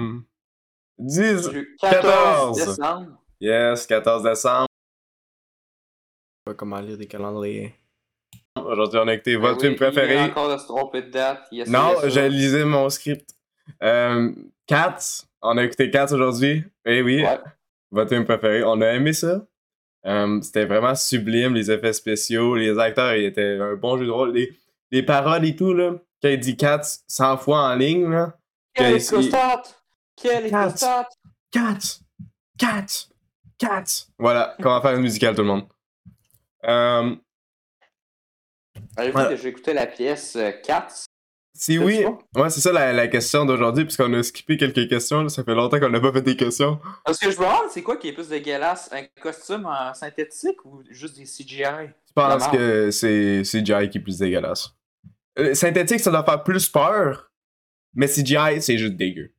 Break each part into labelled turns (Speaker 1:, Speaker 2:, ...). Speaker 1: Hmm. 10,
Speaker 2: du 14
Speaker 1: 14.
Speaker 2: décembre.
Speaker 1: yes, 14 décembre.
Speaker 3: pas comment lire des calendriers.
Speaker 1: Aujourd'hui, on a écouté votre
Speaker 2: Ah
Speaker 1: film
Speaker 2: oui, il vient
Speaker 1: préféré.
Speaker 2: encore de se tromper de date. il essaie
Speaker 1: Non,
Speaker 2: ça.
Speaker 1: j'ai lisé mon script. Euh, 4, on a écouté 4 aujourd'hui. Eh oui,
Speaker 2: Ouais.
Speaker 1: votre film préféré. On a aimé ça. Euh, C'était vraiment sublime, les effets spéciaux, les acteurs, ils étaient un bon jeu de rôle. Les, les paroles et tout, là. Quand il dit 4 100 fois en ligne, là.
Speaker 2: Quelle
Speaker 1: J'ai
Speaker 2: est
Speaker 1: essayé.
Speaker 2: costarde! Quelle est
Speaker 1: Quatre.
Speaker 2: costarde!
Speaker 1: 4 4 4 Voilà, comment faire une musicale, tout le monde. Euh,
Speaker 2: Avez-vous
Speaker 1: Voilà.
Speaker 2: déjà écouté la pièce euh, 4?
Speaker 1: si
Speaker 2: C'est
Speaker 1: oui,
Speaker 2: bon.
Speaker 1: ouais, c'est ça la, la question d'aujourd'hui, puisqu'on a skippé quelques questions. là. Ça fait longtemps qu'on n'a pas fait des questions.
Speaker 2: Parce que je me demande, c'est quoi qui est plus dégueulasse? Un costume en synthétique ou juste des CGI?
Speaker 1: Je pense
Speaker 2: Vraiment.
Speaker 1: que c'est CGI qui est plus dégueulasse. Euh, synthétique, ça doit faire plus peur, mais CGI, c'est juste dégueu.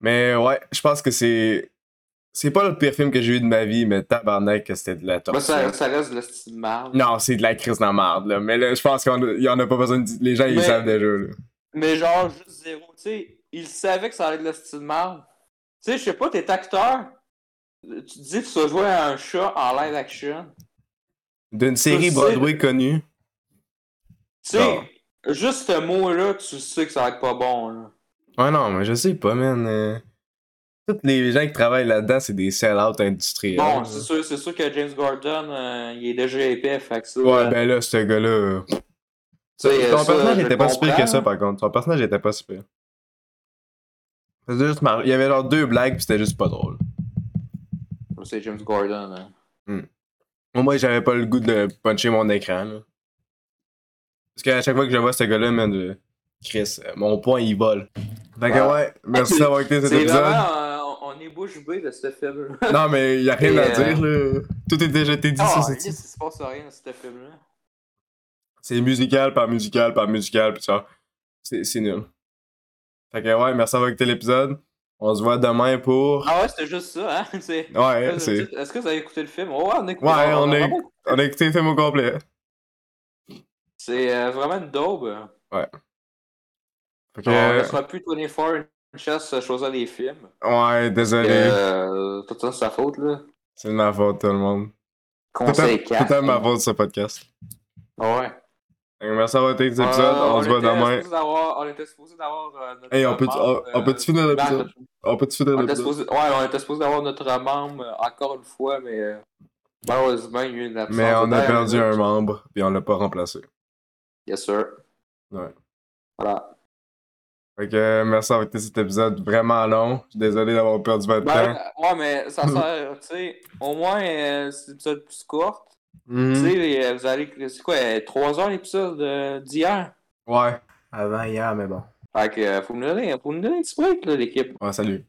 Speaker 1: Mais ouais, je pense que c'est. C'est pas le pire film que j'ai eu de ma vie, mais tabarnak que c'était de la torture.
Speaker 2: Moi, Ben, ça, ça reste de la style marde.
Speaker 1: Non, c'est de la crise dans la marde, là. Mais là, je pense qu'il n'y en a pas besoin de dire. Les gens, ils
Speaker 2: Mais-
Speaker 1: savent déjà, là.
Speaker 2: Mais genre, juste zéro. Tu sais, il savait que ça allait être de la style marde. Tu sais, je sais pas, t'es acteur. Tu te dis que tu vas jouer à un chat en live action.
Speaker 1: D'une série
Speaker 2: sais-
Speaker 1: Broadway connue.
Speaker 2: Tu sais,
Speaker 1: Ah.
Speaker 2: juste ce mot-là, tu sais que ça va être pas bon. Là.
Speaker 1: Ouais, non, mais je sais pas, man. euh, Tous les gens qui travaillent là-dedans, c'est des sell-out industriels.
Speaker 2: Bon,
Speaker 1: là.
Speaker 2: c'est sûr, c'est sûr que James Gordon, euh, il est déjà épais, fait que ça.
Speaker 1: Ouais, ben là, ce gars-là. euh,
Speaker 2: tu sais, euh,
Speaker 1: Son
Speaker 2: ça,
Speaker 1: personnage
Speaker 2: je
Speaker 1: était pas si pire que
Speaker 2: comprends.
Speaker 1: ça, par contre. Son personnage était pas si pire. C'était juste marrant. Il y avait genre deux blagues, puis c'était juste pas drôle.
Speaker 2: C'est James Gordon. hein.
Speaker 1: Moi, moi, j'avais pas le goût de puncher mon écran, là. Parce qu'à chaque fois que je vois ce gars-là, man, je- Chris, euh, mon point, il vole. Fait que
Speaker 2: Ouais.
Speaker 1: ouais, merci d'avoir écouté cet
Speaker 2: Ah. C'est
Speaker 1: épisode.
Speaker 2: vraiment, euh, on on est bouche bée de ce film-là.
Speaker 1: Non, mais il y a rien
Speaker 2: Et, euh,
Speaker 1: à dire, là. Tout est déjà été dit
Speaker 2: Ah,
Speaker 1: sur
Speaker 2: il
Speaker 1: cette...
Speaker 2: se passe rien dans ce film-là.
Speaker 1: C'est musical par musical par musical, puis ça, c'est c'est nul. Fait que ouais, merci d'avoir écouté l'épisode. On se voit demain pour...
Speaker 2: Ah ouais, c'était juste ça, hein? C'est-
Speaker 1: Ouais,
Speaker 2: Est-ce
Speaker 1: c'est...
Speaker 2: que vous avez écouté le film? Ouais, on a écouté
Speaker 1: Ouais, on a-
Speaker 2: vraiment-
Speaker 1: On a écouté le film au complet.
Speaker 2: C'est euh, vraiment une daube.
Speaker 1: Fait
Speaker 2: On ne
Speaker 1: que...
Speaker 2: sera plus 24 une chasse choisir des films.
Speaker 1: Ouais, désolé.
Speaker 2: Oh, Euh, tout ça, c'est sa faute, là.
Speaker 1: C'est de ma faute, tout le monde. Tout à-
Speaker 2: Conseil
Speaker 1: tout à
Speaker 2: 4.
Speaker 1: ma faute, ce podcast.
Speaker 2: Ouais.
Speaker 1: Fait que Merci d'avoir été cet épisode.
Speaker 2: Euh,
Speaker 1: on, se voit
Speaker 2: était
Speaker 1: demain.
Speaker 2: supposé d'avoir- On était supposé d'avoir euh, notre.
Speaker 1: Hey, on peut, on,
Speaker 2: membre,
Speaker 1: on peut-tu finir
Speaker 2: euh,
Speaker 1: l'épisode?
Speaker 2: Marc,
Speaker 1: On peut-tu finir
Speaker 2: on était
Speaker 1: l'épisode?
Speaker 2: supposé- Ouais, on était supposé d'avoir notre membre euh, encore une fois, mais euh, malheureusement, il y a eu une absence.
Speaker 1: Mais on
Speaker 2: de
Speaker 1: a
Speaker 2: dernière
Speaker 1: perdu
Speaker 2: minute.
Speaker 1: un membre, puis on l'a pas remplacé.
Speaker 2: Yes, sir.
Speaker 1: Ouais.
Speaker 2: Voilà.
Speaker 1: Fait que euh, merci d'avoir été cet épisode vraiment long. Je suis désolé d'avoir perdu votre
Speaker 2: Ben,
Speaker 1: temps.
Speaker 2: euh, ouais, mais ça sert, tu sais, au moins, euh, c'est un épisode plus court.
Speaker 1: Mhm.
Speaker 2: Tu sais, les- euh, vous allez. C'est quoi, euh, 3 heures l'épisode euh, d'hier?
Speaker 1: Ouais.
Speaker 3: Avant hier, mais bon.
Speaker 2: Fait que, euh, faut me donner, faut me donner un petit break, là, l'équipe.
Speaker 1: Ouais, salut.